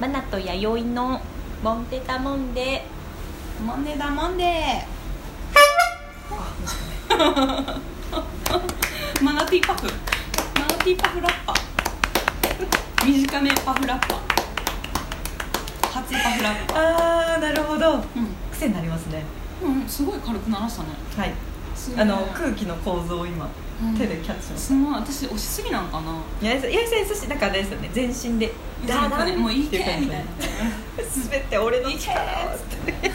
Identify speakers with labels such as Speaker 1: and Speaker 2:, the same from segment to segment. Speaker 1: マナと弥生のモンテタモンデ
Speaker 2: モンデだモンデ マナティーパフマナティーパフラッパ短めパフラッパ初パフラッパ
Speaker 3: ああなるほど
Speaker 2: う
Speaker 3: 癖になりますね
Speaker 2: ん、うん、すごい軽く鳴らしたね
Speaker 3: はい
Speaker 2: すごい
Speaker 3: あの空気の構造を今
Speaker 2: うん
Speaker 3: 手でキャッチしまし
Speaker 2: すごい私押しすぎなんかな
Speaker 3: た八重さん八重さん優しいなんかあれですよね全身で
Speaker 2: なんかねもういいけみたいな
Speaker 3: 滑って俺の力をってね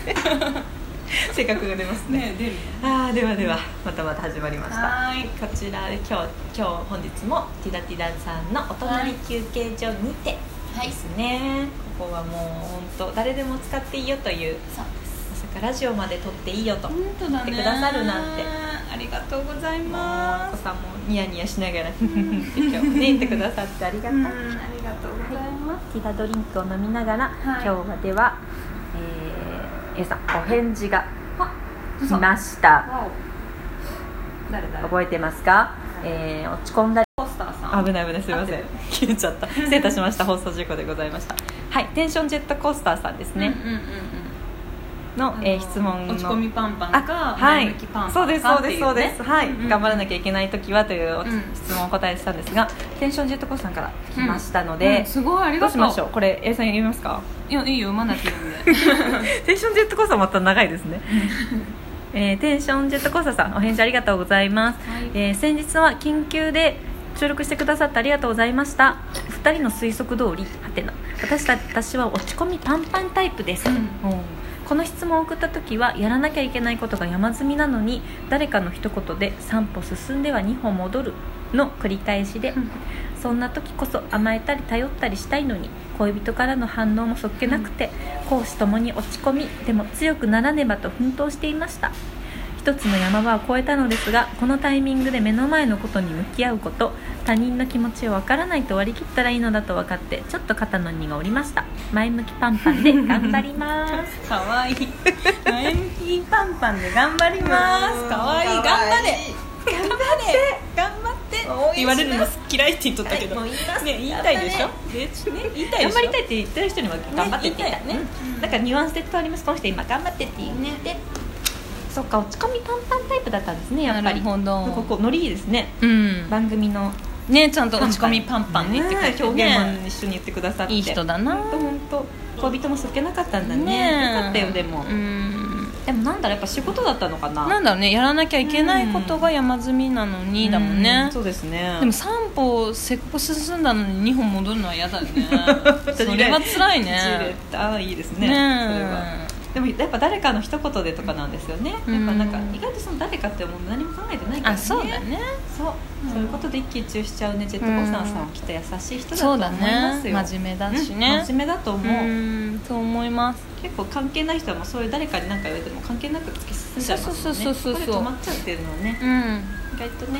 Speaker 3: 性格が出ますね
Speaker 2: ね出る
Speaker 3: あーではではまたまた始まりました
Speaker 2: はーい
Speaker 3: こちらで今日今日本日もティダティダさんのお隣休憩所にて
Speaker 2: はい
Speaker 3: ですね、ここはもう本当誰でも使っていいよという
Speaker 2: そうです
Speaker 3: まさかラジオまで撮っていいよと
Speaker 2: 本当だね
Speaker 3: 来てくださるなんて
Speaker 2: ありがとうござい
Speaker 3: お
Speaker 2: ま
Speaker 3: 子
Speaker 2: す
Speaker 3: さんもニヤニヤしながらって今日もね言ってくださってありが
Speaker 2: う
Speaker 3: とう、
Speaker 2: んありがとうございます
Speaker 1: ティダドリンクを飲みながら、
Speaker 2: は
Speaker 1: 今
Speaker 2: い
Speaker 1: 日はでは、えー、A さんお返事が
Speaker 2: あ
Speaker 1: 来ました
Speaker 2: わお誰誰
Speaker 1: 覚えてますか、えー、落ち込んだ
Speaker 2: ポスターさん
Speaker 3: 危ない危ないすいませ
Speaker 2: 合
Speaker 3: ん
Speaker 2: って
Speaker 3: 切れちゃった失礼いたしました放送事故でございましたはいテンションジェットコースターさんですね
Speaker 2: うん、うんうん
Speaker 3: の
Speaker 2: うん、
Speaker 3: えー質問の
Speaker 2: 落ち込みパンパン
Speaker 3: あ
Speaker 2: か
Speaker 3: はい
Speaker 2: 前向きパン
Speaker 3: そ
Speaker 2: パ
Speaker 3: うで
Speaker 2: ン
Speaker 3: すそ
Speaker 2: か
Speaker 3: う
Speaker 2: って
Speaker 3: で
Speaker 2: い
Speaker 3: す
Speaker 2: う
Speaker 3: そうです、はい、
Speaker 2: うんうん
Speaker 3: 頑張らなきゃいけない時はというお
Speaker 2: うん
Speaker 3: 質問をお答えしたんですが、テンションジェットコースターから来ましたの
Speaker 2: う
Speaker 3: で
Speaker 2: ん、すごいあり
Speaker 3: ど
Speaker 2: が
Speaker 3: う
Speaker 2: とう
Speaker 3: しましょうこれ A さん読みますか
Speaker 2: いやいいよマナティーなんで
Speaker 3: テンションジェットコースターまた長いです ね、えーテンションジェットコースターさんお返事ありがとうございます、
Speaker 2: はい
Speaker 3: えー先日は緊急で収録してくださってありがとうございました2人の推測通りはてな私た私は落ち込みパンパンタイプです、
Speaker 2: うん
Speaker 3: うんこの質問を送った時はやらなきゃいけないことが山積みなのに誰かの一言で3歩進んでは2歩戻るの繰り返しでそんな時こそ甘えたり頼ったりしたいのに恋人からの反応もそっけなくて公私ともに落ち込みでも強くならねばと奮闘していました一つの山場を越えたのですがこのタイミングで目の前のことに向き合うこと他人の気持ちをわからないと割り切ったらいいのだと分かってちょっと肩の荷が下りました前向きパンパ ンで頑張ります
Speaker 2: かわいい前向きパンパンで頑張りますかわいい頑張れ頑張れ頑張ってって言われるの嫌いって言っとったけど、ね言いたいでしょねね言いたいで
Speaker 3: 頑
Speaker 2: しょ
Speaker 3: 張りたいって言ってる人には頑張ってって言った
Speaker 2: ね言いたいよね
Speaker 3: うんなんかニュアンスで伝わりますこの人今頑張ってって言って、そっか落ち込みパンパンタイプだったんですねやっぱり
Speaker 2: なるほど
Speaker 3: ここノリいいですね
Speaker 2: うん
Speaker 3: 番組の
Speaker 2: ねちゃんと落ち込みパンパンねって書いて
Speaker 3: 表
Speaker 2: るね
Speaker 3: 現も一緒に言ってくださって
Speaker 2: いい人だな
Speaker 3: 本当本当恋人もそっけなかったんだね
Speaker 2: ね
Speaker 3: よかったよでも、
Speaker 2: うん
Speaker 3: でもなんだろうやっぱ仕事だったのかな
Speaker 2: なんだろうねやらなきゃいけないことが山積みなのにだもんね
Speaker 3: うそうですね
Speaker 2: でも3歩せっこ進んだのに2歩戻るのは嫌だね それは辛いね
Speaker 3: ああいいですね
Speaker 2: ねえ
Speaker 3: それはでもやっぱ誰かの一言でとかなんですよね、
Speaker 2: うん
Speaker 3: やっぱなんか意外とその誰かってもう何も考えてないから、ね、
Speaker 2: あそうだね
Speaker 3: そう、
Speaker 2: うん
Speaker 3: そういうことで一喜一憂しちゃうねジェットコースターさんはきっと優しい人だと
Speaker 2: そ
Speaker 3: 思
Speaker 2: う
Speaker 3: い
Speaker 2: だ
Speaker 3: ます
Speaker 2: ね
Speaker 3: よ、
Speaker 2: 真面目だし
Speaker 3: うん
Speaker 2: ね
Speaker 3: 真面目だと思
Speaker 2: う
Speaker 3: う、
Speaker 2: んそう思います
Speaker 3: 結構関係ない人はもうそういう誰かに何か言われても関係なく突き進んじゃいますもんね
Speaker 2: そうそうそうそうそう
Speaker 3: ここで止まっちゃうっていうのはね
Speaker 2: うん
Speaker 3: 意外とね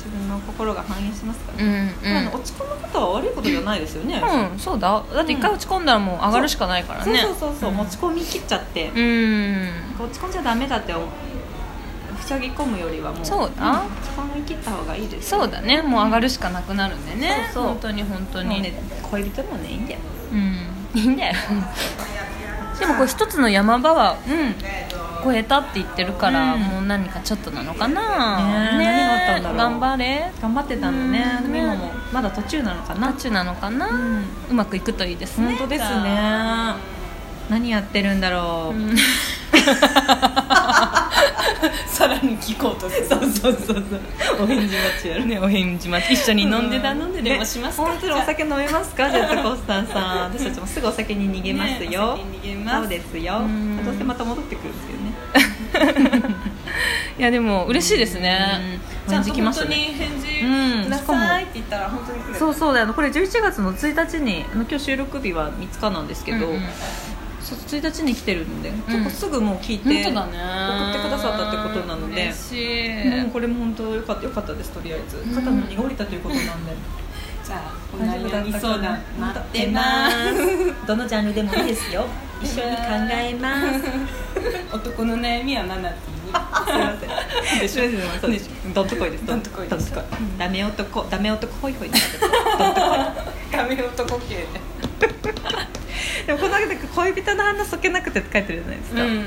Speaker 3: 自分の心が反映しますから
Speaker 2: う
Speaker 3: ね、
Speaker 2: ん
Speaker 3: あの落ち込むことは悪いことじゃないですよね、
Speaker 2: うんそうだだって一回落ち込んだらもう上がるしかないから
Speaker 3: そう
Speaker 2: ね
Speaker 3: そうそうそう、
Speaker 2: ん
Speaker 3: 持ち込み切っちゃって、
Speaker 2: うん
Speaker 3: 落ち込んじゃダメだって思う塞ぎ込むよりはもう
Speaker 2: そうだ
Speaker 3: ん落ち込み切った方がいいですよ
Speaker 2: そうだねもう上がるしかなくなるんでね
Speaker 3: そうそう
Speaker 2: 本当に本当
Speaker 3: もう
Speaker 2: に
Speaker 3: ね恋人もねいいんだよ
Speaker 2: うんいい んだよでもこれ一つの山場は
Speaker 3: うん
Speaker 2: 超えたって言ってるから、
Speaker 3: うん
Speaker 2: もう何かちょっとなのか
Speaker 3: ね
Speaker 2: な、
Speaker 3: え何があったんだろう
Speaker 2: 頑張れ
Speaker 3: 頑張ってたんだね、
Speaker 2: うん
Speaker 3: でも今もまだ途中なのかな
Speaker 2: ナチュなのかな、う
Speaker 3: うん
Speaker 2: まくいくといいですね
Speaker 3: 本当ですね何やってるんだろう、
Speaker 2: さらに聞こうとするそうそうそうそうお返事待ちやるねお返事待ち一緒に飲んでだ飲んででもしますか
Speaker 3: 本当にお酒飲めます かジェットコースターさん私たちもすぐお酒に逃げますよ、
Speaker 2: ねお酒に逃げます
Speaker 3: そうですよ
Speaker 2: うん
Speaker 3: どうせまた戻ってくるんですよね
Speaker 2: いやでも嬉しいですね
Speaker 3: うん返事来ましたね
Speaker 2: 返事
Speaker 3: うん
Speaker 2: って言ったら本当に来
Speaker 3: そううそうだよこれ11月の1日にあの今日収録日は5日なんですけど、
Speaker 2: うんうん
Speaker 3: そう1日に来てるんで、結構すぐもう聞いて
Speaker 2: 本当だね
Speaker 3: 送ってくださったってことなので
Speaker 2: 嬉しい、
Speaker 3: もうこれも本当よかったよかったですとりあえず
Speaker 2: ん
Speaker 3: 肩の荷が下りたということなんで、
Speaker 2: じゃあお
Speaker 3: 大丈夫だった
Speaker 2: 悩み
Speaker 3: か
Speaker 2: 相
Speaker 3: な
Speaker 2: 談待ってます
Speaker 3: すどのジャンルでもいいです よ一緒に考えます
Speaker 2: 男の悩みはマナティー
Speaker 3: すいません。でしょそうでしょ。どんとこいです。
Speaker 2: どんとこい
Speaker 3: ど
Speaker 2: で
Speaker 3: ん
Speaker 2: す
Speaker 3: とこい。ダメ 男、ダメ男ホイホイ。
Speaker 2: にダメ男系で
Speaker 3: でもこの間恋人の鼻そけなくてって書いてるじゃないですか、
Speaker 2: うん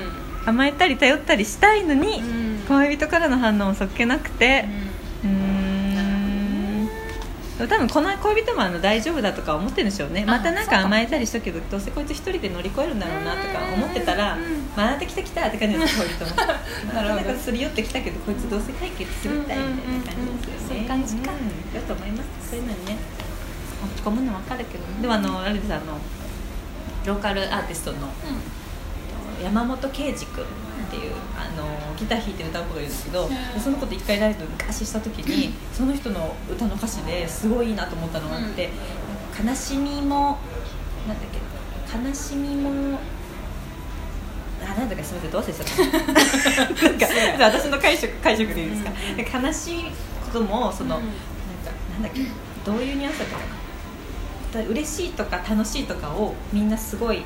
Speaker 3: 甘えたり頼ったりしたいのに、
Speaker 2: うん
Speaker 3: 恋人からの反応もそっけなくてうーんでも多分この恋人もあの大丈夫だとか思ってるんでしょうね
Speaker 2: あ
Speaker 3: またなん
Speaker 2: そう
Speaker 3: か
Speaker 2: か
Speaker 3: 甘えたりしたけどどうせこいつ一人で乗り越えるんだろうなとか思ってたら
Speaker 2: うん
Speaker 3: 「まあ、てきた来た」って感じです恋 人も
Speaker 2: なるほど
Speaker 3: んかすり寄ってきたけどこいつどうせ解決するみたいみたいな感じですよね、
Speaker 2: うんうんうんそういう感じか
Speaker 3: だと思いますそういうのにね落ち込むの分かるけどねでもあのあれですあのローカルアーティストの山本圭司君っていうあのギター弾いて歌う子がいるんですけど
Speaker 2: うん
Speaker 3: その子と一回ライブ昔した時にその人の歌の歌詞ですごいいいなと思ったのがあって「悲しみもなんだっけ悲しみも」あなんだかすみませんどう忘れちゃった なんかじゃあ私の解釈解釈でいいですか、で悲しいこともその、
Speaker 2: うん
Speaker 3: なんかなんだっけどういうニュアンスだったかなだから嬉しいとか楽しいとかをみんなすごい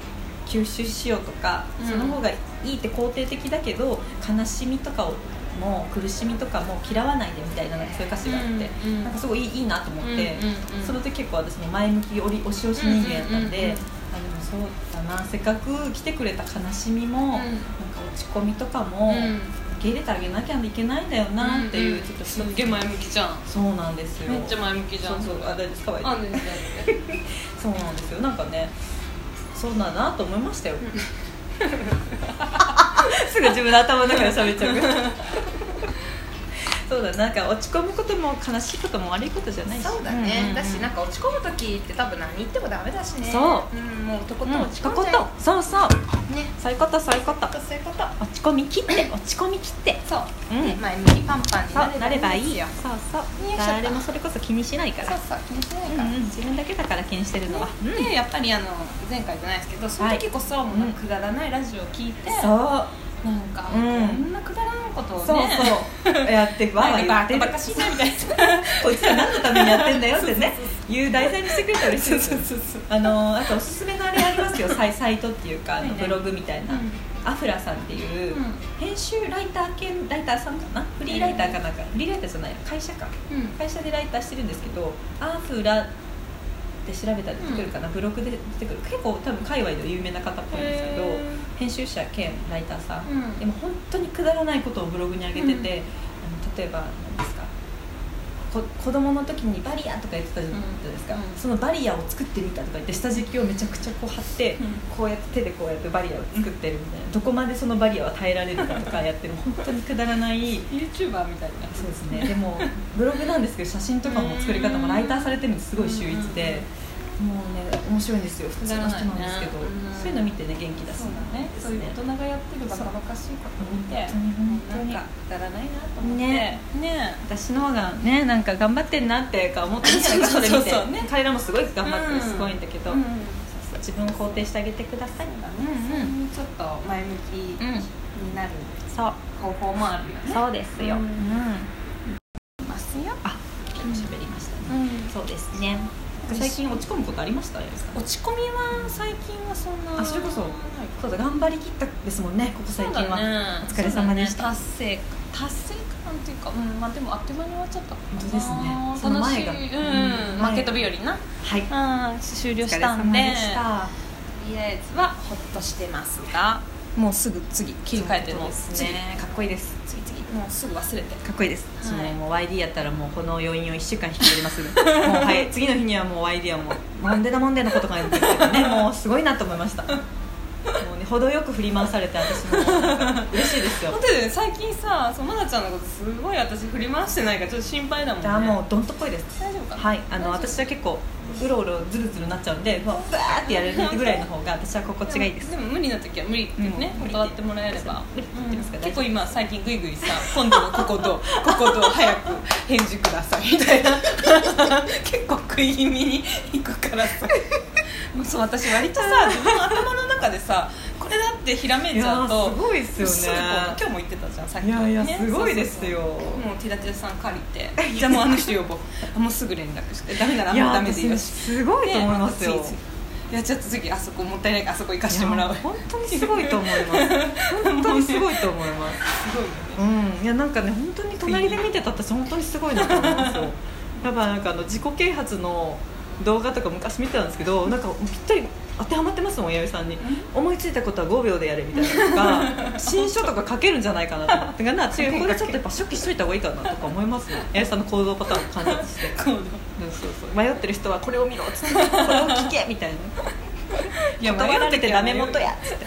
Speaker 3: 吸収しようとか、
Speaker 2: うん
Speaker 3: その方がいいって肯定的だけど悲しみとかをもう苦しみとかも嫌わないでみたいななんかそういう歌詞があって、
Speaker 2: うんうん
Speaker 3: なんかすごいいいいいなと思って、
Speaker 2: うんうんうん
Speaker 3: その時結構私も前向きおりおしおし人間やったんで、
Speaker 2: うんうんうんうん
Speaker 3: あでもそうだなせっかく来てくれた悲しみも、なんか落ち込みとか
Speaker 2: う
Speaker 3: も、
Speaker 2: ん
Speaker 3: 受け入れてあげなきゃいけないんだよなっていう、ちょっと
Speaker 2: すっげえ前向きじゃん
Speaker 3: そうなんですよ
Speaker 2: めっちゃ前向きじゃん
Speaker 3: そうそうあ大丈夫ですかわいい
Speaker 2: あね
Speaker 3: そうなんですよなんかねそうだなと思いましたよ すぐ自分の頭の中で喋っちゃう そうだなんか落ち込むことも悲しいことも悪いことじゃないし
Speaker 1: そうだ
Speaker 3: んん
Speaker 1: ね
Speaker 3: ん
Speaker 1: だしなんか落ち込む時って多分何言ってもダメだしね、
Speaker 3: そう
Speaker 1: ん、もうとこ
Speaker 3: う
Speaker 1: とん
Speaker 3: ん
Speaker 1: 落ち込ん
Speaker 3: とこ
Speaker 1: じゃえ
Speaker 3: とそうそう
Speaker 1: ね
Speaker 3: そういうことそういうこと
Speaker 1: そういうこと
Speaker 3: 落ち込み切って落ち込み切って
Speaker 1: そう、
Speaker 3: うん
Speaker 1: ね前向きパンパンに
Speaker 3: そうな
Speaker 1: な
Speaker 3: れ
Speaker 1: れば
Speaker 3: ばい
Speaker 1: いい
Speaker 3: い
Speaker 1: よ
Speaker 3: よそうそう
Speaker 1: よいしょ
Speaker 3: 誰もそれこそ気にしないか
Speaker 1: そ
Speaker 3: ら
Speaker 1: うそう気にしない
Speaker 3: うん
Speaker 1: から、
Speaker 3: うん自分だけだから気にしてるのはうん
Speaker 1: でやっぱりあの前回じゃないですけどその時こそもうなんかくだらないラジオを聞いて、
Speaker 3: そう
Speaker 1: なんか、
Speaker 3: う
Speaker 1: こ
Speaker 3: ん
Speaker 1: んなくだらないことをね
Speaker 3: そうそうやってわーわー言
Speaker 1: バ
Speaker 3: って
Speaker 1: カ
Speaker 3: る
Speaker 1: バカしいなみたいな
Speaker 3: こいつら何のためにやってんだよってねいう題材にしてくれたら嬉しいですよあのあとおすすめのあれありますよサイサイトっていうかあ
Speaker 1: は
Speaker 3: の
Speaker 1: いは
Speaker 3: ブ
Speaker 1: い
Speaker 3: ログみたいな、
Speaker 1: うん
Speaker 3: アフラさんっていう、
Speaker 1: うん
Speaker 3: 編集ライター系ライターさんかなフリーライターかなんか、フリーライターじゃない会社か
Speaker 1: うん
Speaker 3: 会社でライターしてるんですけどアフラで調べたら出てくるかな、ブログで出てくる結構多分界隈では有名な方っぽいんですけど
Speaker 1: へ
Speaker 3: 編集者兼ライターさん、
Speaker 1: うん
Speaker 3: でも本当にくだらないことをブログに上げて
Speaker 1: うん
Speaker 3: て、あの例えば何ですかこ子供の時にバリアとか言ってたじゃないですか、
Speaker 1: うん
Speaker 3: そのバリアを作ってみたとか言って下敷きをめちゃくちゃこう貼って、
Speaker 1: うん
Speaker 3: こうやって手でこうやってバリアを作ってるみたいな、どこまでそのバリアは耐えられるかとかやってる本当にくだらない
Speaker 1: YouTuber みたいな
Speaker 3: そうですねでもブログなんですけど写真とかも作り方もライターされてるんですすごい秀逸で、もうね面白いんですよ普通の人なんですけど、
Speaker 1: くだらないねうん
Speaker 3: そういうの見てね元気出す
Speaker 1: そうだねそういう大人がやってるバカバカしいことを見て
Speaker 3: 本当に本当に
Speaker 1: なんかくだらないなと思って
Speaker 3: ね
Speaker 1: ね
Speaker 3: 私の方がねなんか頑張ってんなってか思ってるじゃないかそ
Speaker 1: そう
Speaker 3: れ
Speaker 1: そう
Speaker 3: 見
Speaker 1: そう
Speaker 3: て彼らもすごい頑張って
Speaker 1: うん
Speaker 3: るすごいんだけど、
Speaker 1: うん
Speaker 3: そうそう自分を肯定してあげてください
Speaker 1: うんうんちょっと前向き
Speaker 3: うん
Speaker 1: になる
Speaker 3: そう
Speaker 1: 方法もあるよね
Speaker 3: そうですよ、
Speaker 1: う
Speaker 3: うんん
Speaker 1: ますよ
Speaker 3: あ結構喋りましたね、
Speaker 1: うん
Speaker 3: そうですね最近落ち込むことありましたですか
Speaker 1: 落ち込みは最近はそんな
Speaker 3: あそれこそ
Speaker 1: ない
Speaker 3: そうだ頑張りきったですもんねここ最
Speaker 1: そう
Speaker 3: 近は、
Speaker 1: だね
Speaker 3: お疲れ様でした
Speaker 1: そうだね達成達成感っていうかうんまあでもあっという間に終わっちゃった
Speaker 3: 本当ですね
Speaker 1: あー
Speaker 3: その前が
Speaker 1: 楽しい
Speaker 3: うん
Speaker 1: うんマーケット日和な
Speaker 3: はい
Speaker 1: あー終了したんで
Speaker 3: お疲れ様でした
Speaker 1: とりあえずはほっとしてますがもうすぐ次切り替えて
Speaker 3: そう
Speaker 1: も
Speaker 3: ですねかっこいいです
Speaker 1: 次次々もうすぐ忘れて
Speaker 3: かっこいいです、私
Speaker 1: はい
Speaker 3: ももう YD やったらもうこの余韻を1週間引きずります もうはい次の日にはもう YD はもうもんでだもんでのことが出てきて ねもうすごいなと思いましたもうね程よく振り回されて私もなんか嬉しいですよ
Speaker 2: だって最近さそうまなちゃんのことすごい私振り回してないからちょっと心配だもんね
Speaker 3: じゃあもうどんとこいです
Speaker 1: 大丈夫かな
Speaker 3: はいあの私は結構うろうろずるずるなっちゃうんでもうバーってやれるぐらいの方が私は心地がいいです
Speaker 2: でも無理な時は無理ってね、
Speaker 3: うん
Speaker 2: 断ってもらえれば
Speaker 3: 無理って言ってますから
Speaker 2: 結構今最近グイグイさ今度のここと ここと早く返事くださいみたいな 結構食い気味に行くからさ もうそう私割とさ自分の頭の中でさこれだってひらめいちゃうと
Speaker 3: いやーすごいですよね
Speaker 2: ぐこう今日も言ってたじゃんさっき
Speaker 3: いやいや
Speaker 2: ね
Speaker 3: すごいですよ
Speaker 2: そうそうそうもうティダティダさん借りてじゃあもうあの人呼ぼうあもうすぐ連絡してダメならあんまダメでいい
Speaker 3: や
Speaker 2: よ
Speaker 3: 私
Speaker 2: し
Speaker 3: すごいと思いますよ、
Speaker 2: ね次次いやちょっと次あそこもったいないからあそこ行かしてもらおう
Speaker 3: いや本当にすごいと思います本当にすごいと思います
Speaker 2: すごいよね
Speaker 3: うん、いやなんかね本当に隣で見てた私本当にすごいなと思いますよやっぱなんかあの自己啓発の動画とか昔見てたんですけどなんかぴったり当てはまってますもん弥生さんに思いついたことは5秒でやれみたいな のとか新書とか 書けるんじゃないかなと思ってだからな違うここでちょっとやっぱ初期しといた方がいいかなとか思い ますね弥生さんの行動パターンを観察 して
Speaker 2: こう
Speaker 3: うんそうそう迷ってる人はこれを見ろっ つってこれを聞けみたいな 断られてダメ元やっつって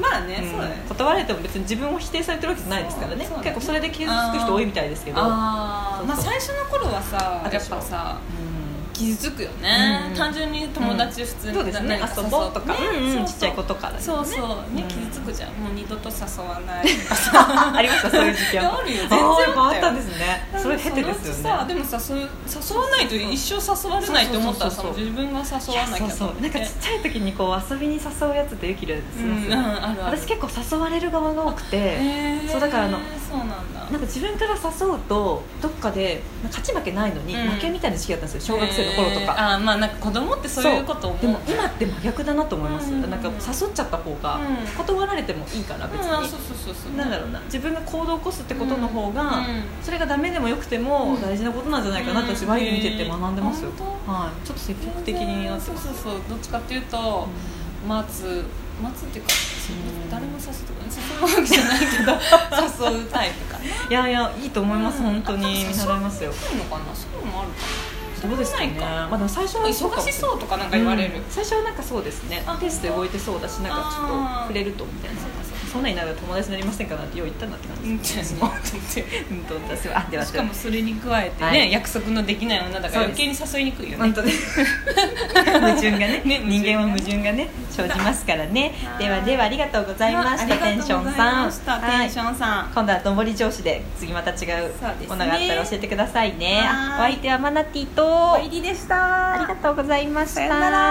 Speaker 2: まあね、
Speaker 3: うん
Speaker 2: そうだね
Speaker 3: 断られても別に自分を否定されてるわけじゃないですからね
Speaker 2: そうそうだね
Speaker 3: 結構それで傷つく人多いみたいですけど
Speaker 2: ああまあ
Speaker 3: そうそう
Speaker 2: 最初の頃はさ
Speaker 3: あ
Speaker 2: や
Speaker 3: で
Speaker 2: っ
Speaker 3: しょ
Speaker 2: ぱさ
Speaker 3: う
Speaker 2: 傷つくよね、
Speaker 3: うん
Speaker 2: 単純に友達普通
Speaker 3: ん
Speaker 2: に
Speaker 3: そうですね
Speaker 2: なんか
Speaker 3: 遊
Speaker 2: 誘っ
Speaker 3: ぼうとか、
Speaker 2: ね
Speaker 3: うんうん
Speaker 2: そうそう
Speaker 3: ちっちゃい子とかだよね
Speaker 2: そうそうね
Speaker 3: うん
Speaker 2: 傷つくじゃんもう二度と誘わない
Speaker 3: あありましたそういう時期は
Speaker 2: あるよ全然
Speaker 3: あーやっぱ あ
Speaker 2: あったよ
Speaker 3: ったんですねそれ経てですよ
Speaker 2: そのうちさ
Speaker 3: ね
Speaker 2: でもさそういう誘わないと一生誘われないと思ったらさ
Speaker 3: そうそうそうそう
Speaker 2: 自分が誘わなき
Speaker 3: そ
Speaker 2: ゃ
Speaker 3: う
Speaker 2: と
Speaker 3: そ
Speaker 2: 思っ
Speaker 3: う
Speaker 2: て
Speaker 3: なんかちっちゃい時にこう遊びに誘うやつってよきるんですよ、
Speaker 2: うんうんあるある
Speaker 3: 私結構誘われる側が多くて、
Speaker 2: へー
Speaker 3: そうだからあの
Speaker 2: そうなんだ
Speaker 3: なんか自分から誘うとどっかでなんか勝ち負けないのに
Speaker 2: うん
Speaker 3: 負けみたいな時期だったんですよ小学生の頃と
Speaker 2: へ
Speaker 3: か、
Speaker 2: ーあーまあなんか子供ってそういうこと思う
Speaker 3: でも今って真逆だなと思います、
Speaker 2: うんうんうん
Speaker 3: なんか誘っちゃった方が
Speaker 2: うん
Speaker 3: 断られてもいいから別
Speaker 2: うんあそう
Speaker 3: に、
Speaker 2: そうそうそう
Speaker 3: なんだろうな自分が行動を起こすってことの方が、
Speaker 2: うんうん
Speaker 3: それがダメでもよくても大事なことなんじゃないかなって私
Speaker 2: うん
Speaker 3: ワイン見てて学んでますよ、
Speaker 2: へー本当
Speaker 3: はい、ちょっと積極的になってます
Speaker 2: そうそうそうどっちかっていうと待つ待つっていうかそ
Speaker 3: うん
Speaker 2: う誰も誘うとか誘うわけじゃない けど誘うタイプかない
Speaker 3: やいやいいと思います、本当に
Speaker 2: うん
Speaker 3: 見習いますよ
Speaker 2: そういうのかなそういうのもあるか
Speaker 3: どうですかね
Speaker 2: そうでもない
Speaker 3: ま
Speaker 2: か
Speaker 3: あでも最初は
Speaker 2: な忙しそうとかなんか言われる、
Speaker 3: うん最初はなんかそうですね
Speaker 2: あ
Speaker 3: ペースで動いてそうだしなんかちょっと
Speaker 2: あー
Speaker 3: 触れるとみたいなそんなんいないら友達になりませんかなんてよう言ったんだって感
Speaker 2: うん
Speaker 3: じ
Speaker 2: って
Speaker 3: です
Speaker 2: 思ってて
Speaker 3: うんと私はあでは
Speaker 2: しかもそれに加えてね、
Speaker 3: はい
Speaker 2: 約束のできない女だか
Speaker 3: そ
Speaker 2: ら
Speaker 3: うで
Speaker 2: 余
Speaker 3: す
Speaker 2: 計に誘いにくいよね
Speaker 3: 本当ね 矛盾がね
Speaker 2: ね
Speaker 3: 人間は矛盾がね生じますからね
Speaker 2: はい
Speaker 3: ではではありがとうございました
Speaker 2: ありが
Speaker 3: テ
Speaker 2: とう
Speaker 3: ン
Speaker 2: ご
Speaker 3: シ
Speaker 2: ざ
Speaker 3: ョ
Speaker 2: い
Speaker 3: ンさ
Speaker 2: ま
Speaker 3: ん
Speaker 2: した
Speaker 3: は
Speaker 2: テ
Speaker 3: い
Speaker 2: ンションさん、
Speaker 3: 今度は上り調子で次また違う
Speaker 2: そうですね
Speaker 3: ものがあったら教えてくださいね
Speaker 2: はい
Speaker 3: お相手はマナティー
Speaker 2: お
Speaker 3: と
Speaker 2: いりでした
Speaker 3: ありがとうございまし
Speaker 2: さよなら
Speaker 3: た